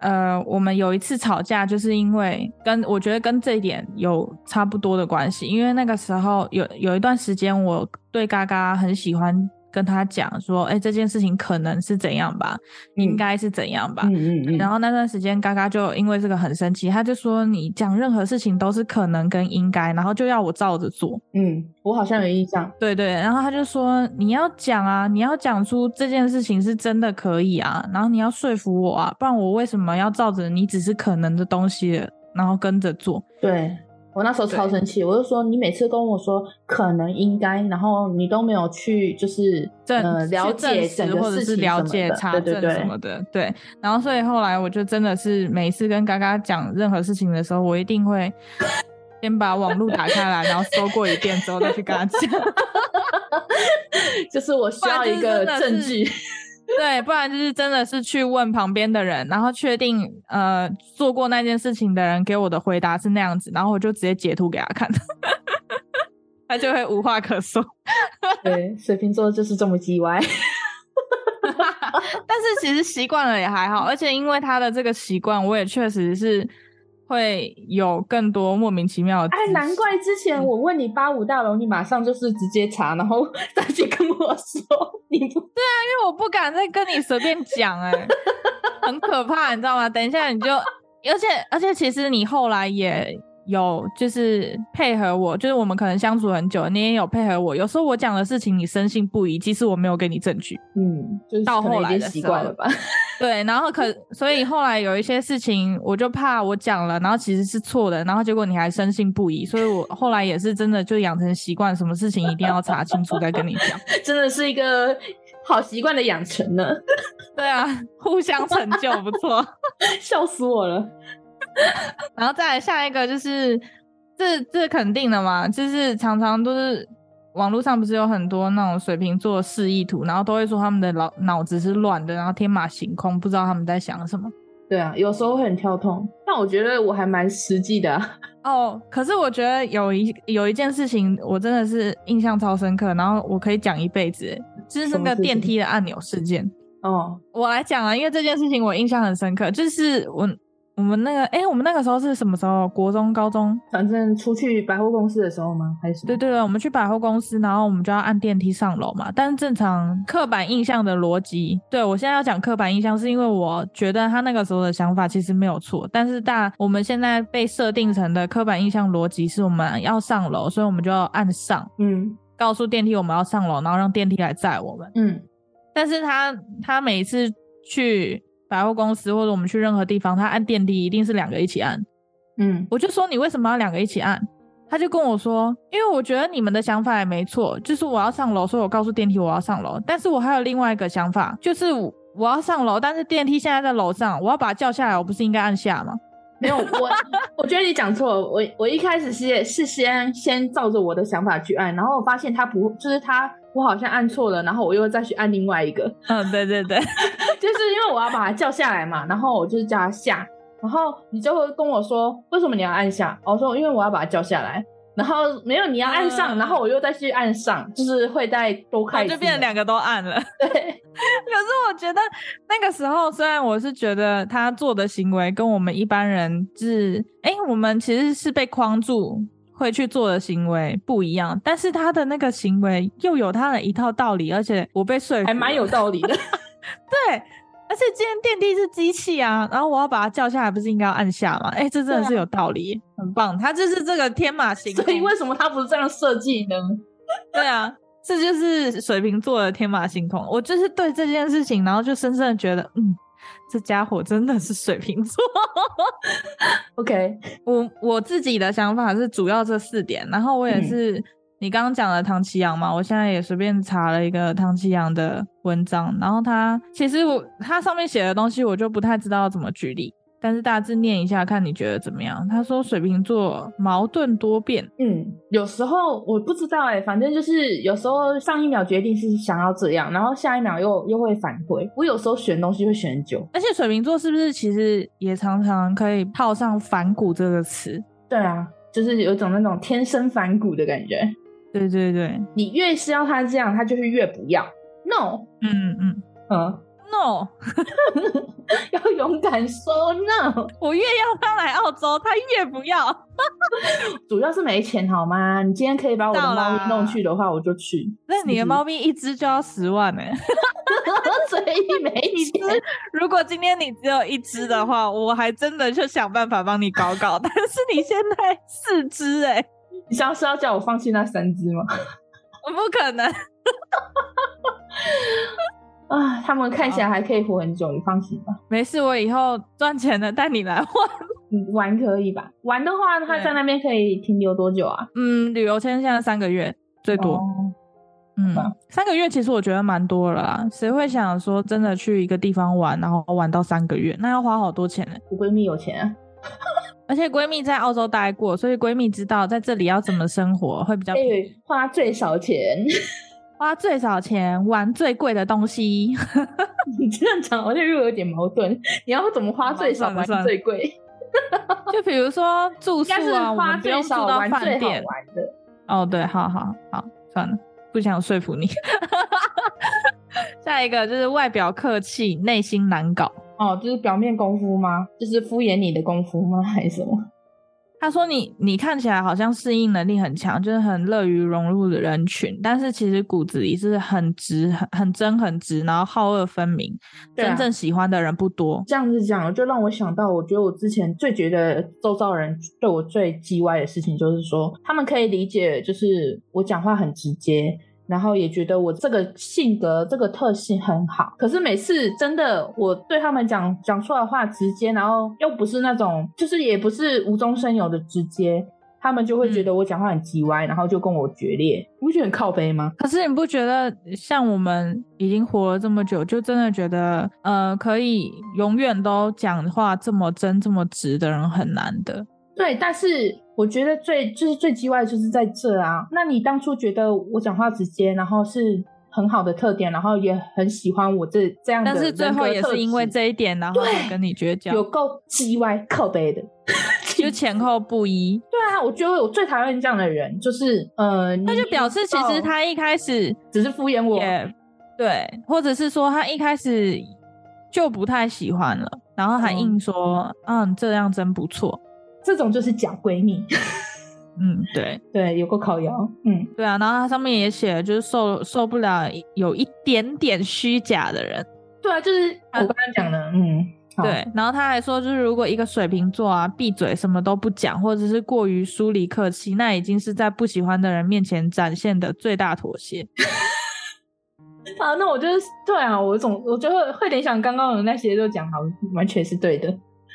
S3: 呃，我们有一次吵架，就是因为跟我觉得跟这一点有差不多的关系，因为那个时候有有一段时间，我对嘎嘎很喜欢跟他讲说，哎、这件事情可能是怎样吧，应
S2: 嗯
S3: 该是怎样吧，
S2: 嗯嗯嗯，
S3: 然
S2: 后
S3: 后那段时间，嘎嘎就因为这个很生气，他就说你讲任何事情都是可能跟应该，然后就要我照着做。
S2: 嗯，我好像有印象，
S3: 对对，然后他就说你要讲啊，你要讲出这件事情是真的可以啊，然后你要说服我啊，不然我为什么要照着你只是可能的东西，然后跟着做？
S2: 对我那时候超
S3: 对
S2: 生气，我就说你每次跟我说可能应该，然后你都没有去就是
S3: 证、
S2: 呃了
S3: 去证
S2: 解
S3: 实
S2: 整个
S3: 或者
S2: 事
S3: 是
S2: 情
S3: 了
S2: 什么
S3: 解
S2: 的
S3: 查
S2: 对
S3: 证
S2: 对
S3: 什
S2: 对
S3: 么的，对。然后所以后来我就真的是每次跟嘎嘎讲任何事情的时候，我一定会先把网络打开来，然后搜过一遍之后再去跟他讲，
S2: 就是我需
S3: 不然
S2: 要
S3: 就
S2: 一
S3: 是真
S2: 个
S3: 的
S2: 证
S3: 是
S2: 据，
S3: 对，不然就是真的是去问旁边的人，然后确定呃做过那件事情的人给我的回答是那样子，然后我就直接截图给他看， 他就会无话可说。
S2: 对，水瓶座就是这么 叽歪，
S3: 但是其实习惯了也还好，而且因为他的这个习惯，我也确实是会有更多莫名其妙的知
S2: 哎，
S3: 识。
S2: 难怪之前
S3: 嗯
S2: 我问你八五大楼，你马上就是直接查，然后 再去跟我说，你
S3: 因
S2: 不
S3: 为我不敢再跟你随便讲、哎，很可怕，你知道吗？等一下你就，而且而且其实你后来也。有就是配合我，就是我们可能相处很久，你也有配合我。有时候我讲的事情你深信不疑，即使我没有给你证据，
S2: 嗯，就是
S3: 到
S2: 可能
S3: 后
S2: 已
S3: 来
S2: 经
S3: 的
S2: 习
S3: 时
S2: 惯
S3: 候
S2: 了吧？
S3: 对，然后可所以后来有一些事情，我就怕我讲了，然后其实是错的，然后结果你还深信不疑，所以我后来也是真的就养成习惯，什么事情一定要查清楚再跟你讲。
S2: 真的是一个好习惯的养成呢，
S3: 对啊，互相成就，不错。
S2: 笑死我了。
S3: 然后再来下一个就是，这这肯定的嘛，就是常常都是网络上不是有很多那种水瓶座的示意图，然后都会说他们的脑脑子是乱的，然后天马行空，不知道他们在想什么。
S2: 对啊，有时候会很跳痛，但我觉得我还蛮实际的、啊。
S3: 哦，可是我觉得有一有一件事情，我真的是印象超深刻，然后我可以讲一辈子，就是
S2: 什么
S3: 那
S2: 事
S3: 个
S2: 情
S3: 电梯的按钮事件。
S2: 哦，
S3: 我来讲啊，因为这件事情我印象很深刻，就是我我们那个哎、我们那个时候是什么时候？国中、高中？
S2: 反正出去百货公司的时候吗？还是什么
S3: 对对对，我们去百货公司，然后我们就要按电梯上楼嘛。但是正常刻板印象的逻辑，对我现在要讲刻板印象，是因为我觉得他那个时候的想法其实没有错，但是大我们现在被设定成的刻板印象逻辑是我们要上楼，所以我们就要按上，
S2: 嗯
S3: 告诉电梯我们要上楼，然后让电梯来载我们。
S2: 嗯，
S3: 但是他他每次去百货公司或者我们去任何地方，他按电梯一定是两个一起按。
S2: 嗯，
S3: 我就说你为什么要两个一起按？他就跟我说，因为我觉得你们的想法也没错，就是我要上楼，所以我告诉电梯我要上楼。但是我还有另外一个想法，就是我我要上楼，但是电梯现在在楼上，我要把它叫下来，我不是应该按下吗？
S2: 没有我，我觉得你讲错了。我我一开始是是先先照着我的想法去按，然后我发现他不，就是他我好像按错了，然后我又再去按另外一个，
S3: 嗯，对对 对，
S2: 就是因为我要把他叫下来嘛，然后我就是叫他下，然后你就会跟我说为什么你要按下？我说因为我要把他叫下来。然后没有你要按上，
S3: 嗯
S2: 然后我又再去按上，就是会再多开一
S3: 哦
S2: 次
S3: 就
S2: 门，
S3: 变成两个都按了。
S2: 对，
S3: 可是我觉得那个时候，虽然我是觉得他做的行为跟我们一般人是，哎、我们其实是被框住会去做的行为不一样，但是他的那个行为又有他的一套道理，而且我被说服了
S2: 还蛮有道理的。
S3: 对。而且今天电梯是机器啊，然后我要把它叫下来，不是应该要按下吗？哎、这真的是有道理，很棒。他就是这个天马行空，
S2: 啊所以为什么他不是这样设计呢？
S3: 对啊，这就是水瓶座的天马行空。我就是对这件事情，然后就深深的觉得，嗯，这家伙真的是水瓶座。
S2: OK，
S3: 我我自己的想法是主要这四点，然后我也
S2: 嗯
S3: 是、你刚刚讲的唐奇阳嘛，我现在也随便查了一个唐奇阳的文章，然后他其实我他上面写的东西我就不太知道怎么举例，但是大致念一下，看你觉得怎么样。他说水瓶座矛盾多变，
S2: 嗯，有时候我不知道哎、反正就是有时候上一秒决定是想要这样，然后下一秒又又会反悔。我有时候选东西会选很久。
S3: 而且水瓶座是不是其实也常常可以套上反骨这个词？
S2: 对啊，就是有一种那种天生反骨的感觉。
S3: 对对对，
S2: 你越是要他这样，他就是越不要。No，
S3: 嗯嗯
S2: 嗯，
S3: ，no，
S2: 要勇敢说 no。
S3: 我越要他来澳洲，他越不要。
S2: 主要是没钱好吗？你今天可以把我的
S3: 到
S2: 猫
S3: 啦
S2: 咪弄去的话，我就去。
S3: 那你的猫咪一只就要十万呢、
S2: 所以没 钱，
S3: 如果今天你只有一只的话，我还真的就想办法帮你搞搞。 但是你现在四只哎、
S2: 你上次要叫我放弃那三只吗？
S3: 我不可能。
S2: 啊，他们看起来还可以活很久，你放心吧。
S3: 没事，我以后赚钱了带你来换。
S2: 你玩可以吧？玩的话，他
S3: 对
S2: 在那边可以停留多久啊？
S3: 嗯，旅游签现在三个月最多。
S2: 哦
S3: 嗯
S2: 吧，
S3: 三个月其实我觉得蛮多了啦。谁会想说真的去一个地方玩，然后玩到三个月，那要花好多钱呢、
S2: 我闺蜜有钱、啊，
S3: 而且闺蜜在澳洲待过，所以闺蜜知道在这里要怎么生活会比较
S2: 可
S3: 便宜
S2: 以花最少钱。
S3: 花最少钱，玩最贵的东西。
S2: 你这样讲好像又有点矛盾。你要怎么花最少
S3: 好吧
S2: 玩
S3: 算了
S2: 最贵？
S3: 就比如说住
S2: 应该
S3: 宿
S2: 是
S3: 啊，我
S2: 花
S3: 们不用
S2: 最
S3: 住
S2: 少
S3: 到
S2: 玩
S3: 饭
S2: 最好
S3: 店。
S2: 玩的。
S3: 哦，对，好好好，算了，不想说服你。 下一个就是外表客气，内心难搞。
S2: 哦，就是表面功夫吗？就是敷衍你的功夫吗？ 还是什么？
S3: 他说你你看起来好像适应能力很强，就是很乐于融入人群，但是其实骨子里是很直、很很真、很直，然后好恶分明。
S2: 对啊
S3: 真正喜欢的人不多。
S2: 这样子讲，就让我想到，我觉得我之前最觉得周遭人对我最叽歪的事情，就是说他们可以理解，就是我讲话很直接，然后也觉得我这个性格这个特性很好。可是每次真的我对他们讲讲出来的话直接，然后又不是那种，就是也不是无中生有的直接。他们就会觉得我讲话很叽歪，然后就跟我决裂，你不觉得很靠背吗？
S3: 可是你不觉得像我们已经活了这么久，就真的觉得呃，可以永远都讲话这么真、这么直的人很难的。
S2: 对，但是我觉得最就是最叽歪的就是在这啊。那你当初觉得我讲话直接，然后是很好的特点，然后也很喜欢我这这样的
S3: 但
S2: 人格特
S3: 是
S2: 质，
S3: 最后也是因为这一点，然后
S2: 对
S3: 才跟你绝交，
S2: 有够叽歪靠背的。
S3: 就前后不一。
S2: 对啊，我觉得我最讨厌这样的人，就是呃，
S3: 那
S2: 你哦
S3: 就表示其实他一开始
S2: 只是敷衍我。
S3: 也对，或者是说他一开始就不太喜欢了，然后还
S2: 嗯
S3: 硬说嗯这样真不错，
S2: 这种就是假闺蜜，
S3: 嗯对
S2: 对，有够靠腰。嗯，
S3: 对啊，然后他上面也写了就是受受不了有一点点虚假的人，
S2: 对啊，就是我
S3: 啊
S2: 刚刚讲的，嗯，好，
S3: 对，然后他还说就是如果一个水瓶座啊闭嘴什么都不讲，或者是过于疏离客气，那已经是在不喜欢的人面前展现的最大妥协。
S2: 啊，那我就是对啊，我总我觉得会联想刚刚的那些都讲好，完全是对的。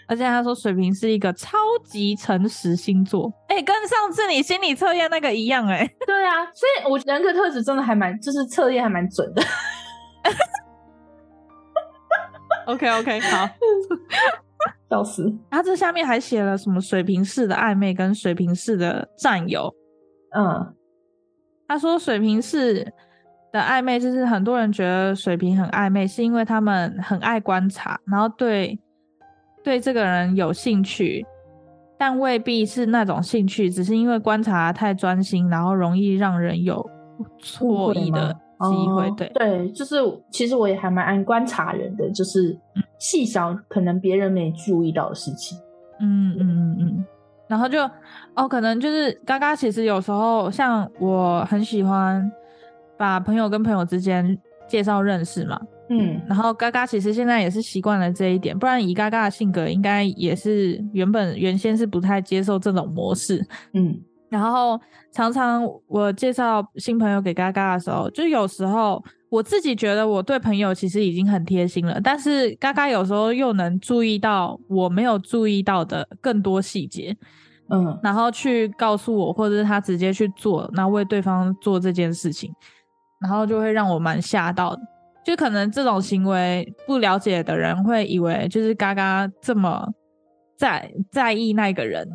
S3: 而且他说水瓶是一个超级诚实星座，哎、跟上次你心理测验那个一样哎、
S2: 对啊，所以我人格特质真的还蛮，就是测验还蛮准的。
S3: OK OK，好。
S2: 笑死，
S3: 他这下面还写了什么水瓶式的暧昧跟水瓶式的占有。
S2: 嗯，
S3: 他说水瓶式的暧昧，就是很多人觉得水瓶很暧昧，是因为他们很爱观察，然后对对这个人有兴趣，但未必是那种兴趣，只是因为观察太专心，然后容易让人有错意的机会。
S2: 哦
S3: 对，
S2: 对，就是其实我也还蛮爱观察人的，就是细小可能别人没注意到的事情。
S3: 嗯嗯嗯嗯，然后就哦，可能就是嘎嘎，其实有时候像我很喜欢把朋友跟朋友之间介绍认识嘛，
S2: 嗯，
S3: 然后嘎嘎其实现在也是习惯了这一点，不然以嘎嘎的性格，应该也是原本原先是不太接受这种模式。
S2: 嗯，
S3: 然后常常我介绍新朋友给嘎嘎的时候，就有时候我自己觉得我对朋友其实已经很贴心了，但是嘎嘎有时候又能注意到我没有注意到的更多细节，
S2: 嗯，
S3: 然后去告诉我，或者是他直接去做，那为对方做这件事情，然后就会让我蛮吓到的。就可能这种行为不了解的人会以为就是嘎嘎这么在在意那个人，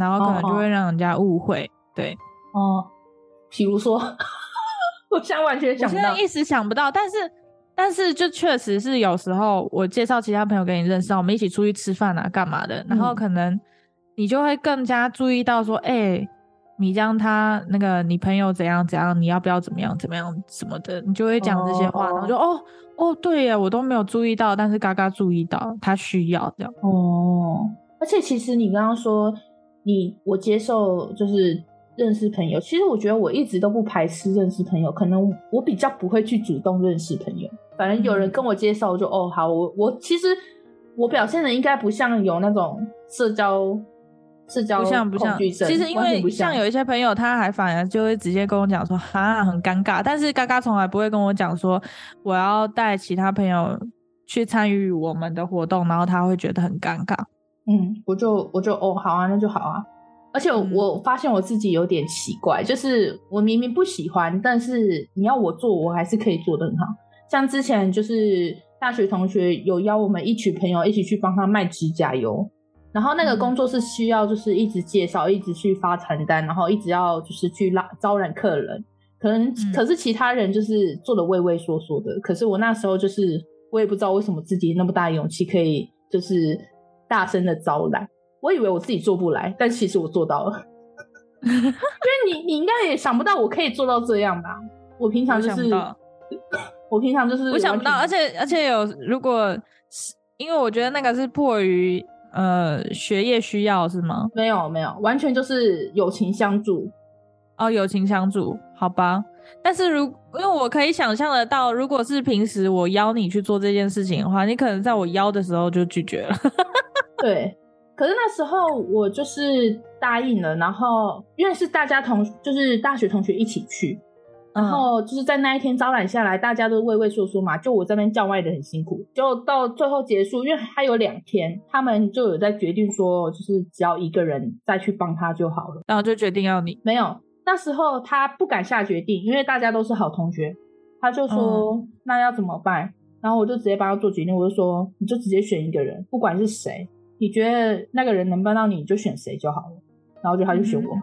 S3: 然后可能
S2: 哦哦
S3: 就会让人家误会。对，
S2: 哦，比如说， 我现在完全
S3: 我
S2: 想不
S3: 现
S2: 到
S3: 在，一时想不到，但是但是就确实是有时候我介绍其他朋友给你认识啊，我们一起出去吃饭啊，干嘛的，然后
S2: 嗯
S3: 可能你就会更加注意到说，哎、米江他那个你朋友怎样怎样，你要不要怎么样怎么样什么的，你就会讲这些话，然后就哦哦对耶，我都没有注意到，但是嘎嘎注意到他需要这样，
S2: 哦，而且其实你刚刚说你我接受就是认识朋友，其实我觉得我一直都不排斥认识朋友，可能我比较不会去主动认识朋友，反正有人
S3: 嗯
S2: 跟我介绍，我就哦好，我我其实我表现的应该不像有那种社交社交
S3: 不像不像，
S2: 恐惧
S3: 其
S2: 症，
S3: 实因
S2: 完全
S3: 为
S2: 不
S3: 像有一些朋友，他还反而就会直接跟我讲说啊很尴尬，但是嘎嘎从来不会跟我讲说我要带其他朋友去参与我们的活动，然后他会觉得很尴尬。
S2: 嗯，我就我就哦，好啊，那就好啊。而且我,、
S3: 嗯
S2: 发现我自己有点奇怪，就是我明明不喜欢，但是你要我做，我还是可以做得很好。像之前就是大学同学有邀我们一群朋友一起去帮他卖指甲油，然后那个
S3: 嗯
S2: 工作是需要就是一直介绍，一直去发传单，然后一直要就是去拉招揽客人。可能、
S3: 嗯
S2: 可是其他人就是做的畏畏缩缩的，可是我那时候就是我也不知道为什么自己那么大的勇气可以就是大声的招揽，我以为我自己做不来，但其实我做到了。因为你你应该也想不到我可以做到这样吧？我平常就
S3: 我
S2: 是
S3: 想不到
S2: 我平常就是
S3: 我想不到，而
S2: 完全
S3: 且而且有如果是因为我觉得那个是迫于呃学业需要是吗？
S2: 没有没有，完全就是友情相助。
S3: 哦，友情相助，好吧。但是如因为我可以想象得到，如果是平时我邀你去做这件事情的话，你可能在我邀的时候就拒绝了。
S2: 对，可是那时候我就是答应了，然后因为是大家同就是大学同学一起去，
S3: 然
S2: 然后就是在那一天招揽下来，大家都畏畏缩缩嘛，就我这边叫卖的很辛苦，就到最后结束，因为他有两天，他们就有在决定说，就是只要一个人再去帮他就好了。
S3: 然后就决定要你，
S2: 没有，那时候他不敢下决定，因为大家都是好同学，他就说、那要怎么办？然后我就直接帮他做决定，我就说你就直接选一个人，不管是谁，你觉得那个人能帮到你，你就选谁就好了。然后就他就选我，
S3: 嗯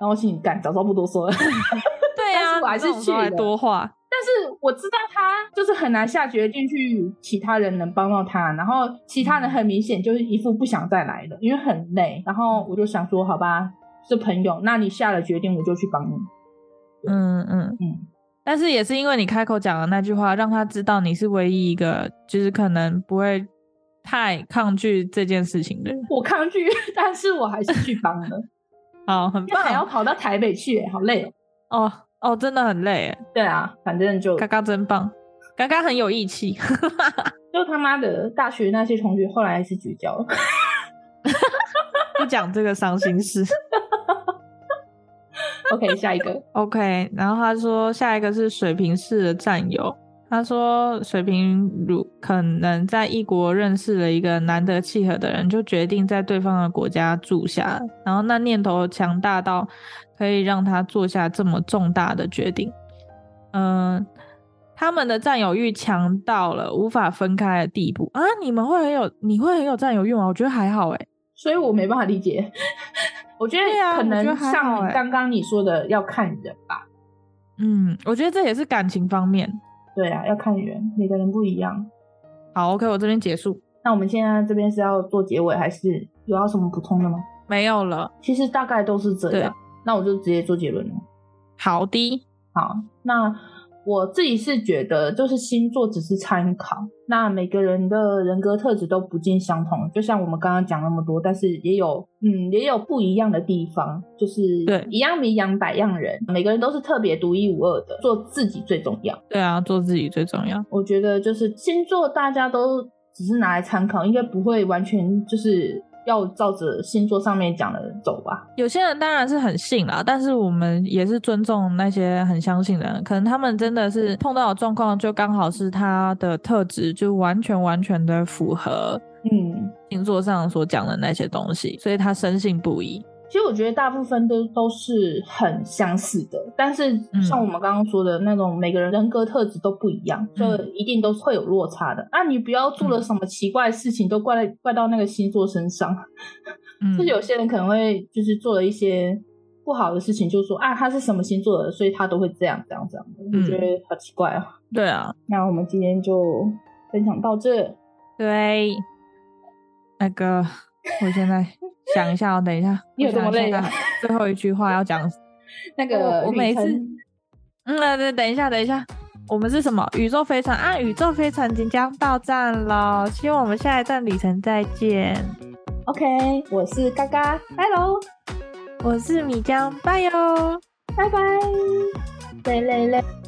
S2: 然后我心里干，早知道不多说了。
S3: 对
S2: 但
S3: 啊，
S2: 是我还
S3: 这
S2: 是
S3: 种
S2: 去
S3: 都还
S2: 了
S3: 多话，
S2: 但是我知道他就是很难下决定去其他人能帮到他，然后其他
S3: 嗯
S2: 人很明显就是一副不想再来的，因为很累。然后我就想说，好吧，是朋友，那你下了决定，我就去帮你。
S3: 嗯嗯
S2: 嗯。
S3: 但是也是因为你开口讲了那句话，让他知道你是唯一一个就是可能不会太抗拒这件事情的人。
S2: 我抗拒，但是我还是去帮 了，
S3: 好，很
S2: 因为还要
S3: 棒
S2: 跑到台北去，好累哦。
S3: 哦哦，真的很累耶，
S2: 对啊，反正就
S3: 嘎嘎真棒，嘎嘎很有义气。
S2: 就他妈的大学那些同学后来还是绝交了。
S3: 不讲这个伤心事。
S2: OK，下一个，
S3: OK，然后他说下一个是水瓶式的战友。他说水瓶如可能在异国认识了一个难得契合的人，就决定在对方的国家住下，然后那念头强大到可以让他做下这么重大的决定。嗯、他们的占有欲强到了无法分开的地步啊！你们会很有，你会很有占有欲吗？我觉得还好哎、
S2: 所以我没办法理解。 我觉
S3: 对啊我
S2: 得可
S3: 觉
S2: 能
S3: 得还好
S2: 像
S3: 欸
S2: 刚刚你说的，要看人吧。
S3: 嗯，我觉得这也是感情方面。
S2: 对啊，要看人，每个人不一样。
S3: 好，OK，我这边结束。
S2: 那我们现在这边是要做结尾，还是有要什么补充的吗？
S3: 没有了。
S2: 其实大概都是这
S3: 对
S2: 样。那我就直接做结论了。
S3: 好的，
S2: 好，那我自己是觉得，就是星座只是参考，那每个人的人格特质都不尽相同。就像我们刚刚讲那么多，但是也有嗯，也有不一样的地方，就是
S3: 对
S2: 一样米养百样人，每个人都是特别独一无二的，做自己最重要。
S3: 对啊，做自己最重要。
S2: 我觉得就是星座大家都只是拿来参考，应该不会完全就是要照着星座上面讲的走吧。
S3: 有些人当然是很信啦，但是我们也是尊重那些很相信的人。可能他们真的是碰到的状况，就刚好是他的特质，就完全完全的符合
S2: 嗯，
S3: 星座上所讲的那些东西，所以他深信不疑。
S2: 其实我觉得大部分都都是很相似的，但是像我们刚刚说的那种，每个人人格特质都不一样，所以一定都是会有落差的。那你不要做了什么奇怪的事情，都怪怪到那个星座身上。
S3: 嗯
S2: 就是有些人可能会就是做了一些不好的事情，就说啊他是什么星座的，所以他都会这样这样这样的，我觉得好奇怪哦。
S3: 对啊，
S2: 那我们今天就分享到这。
S3: 对，那个我现在想一下哦，等一下，
S2: 你有
S3: 我想
S2: 这么
S3: 一
S2: 累
S3: 下
S2: 吗
S3: 最后一句话要讲
S2: 那个
S3: 哦我我每
S2: 雨辰
S3: 次嗯，对对，等一下，等一下，我们是什么？宇宙飞船啊！宇宙飞船即将到站了，希望我们下一站旅程再见。
S2: OK，我是嘎嘎，拜喽，
S3: 我是米江，拜哟。
S2: 拜拜。
S1: 累累累。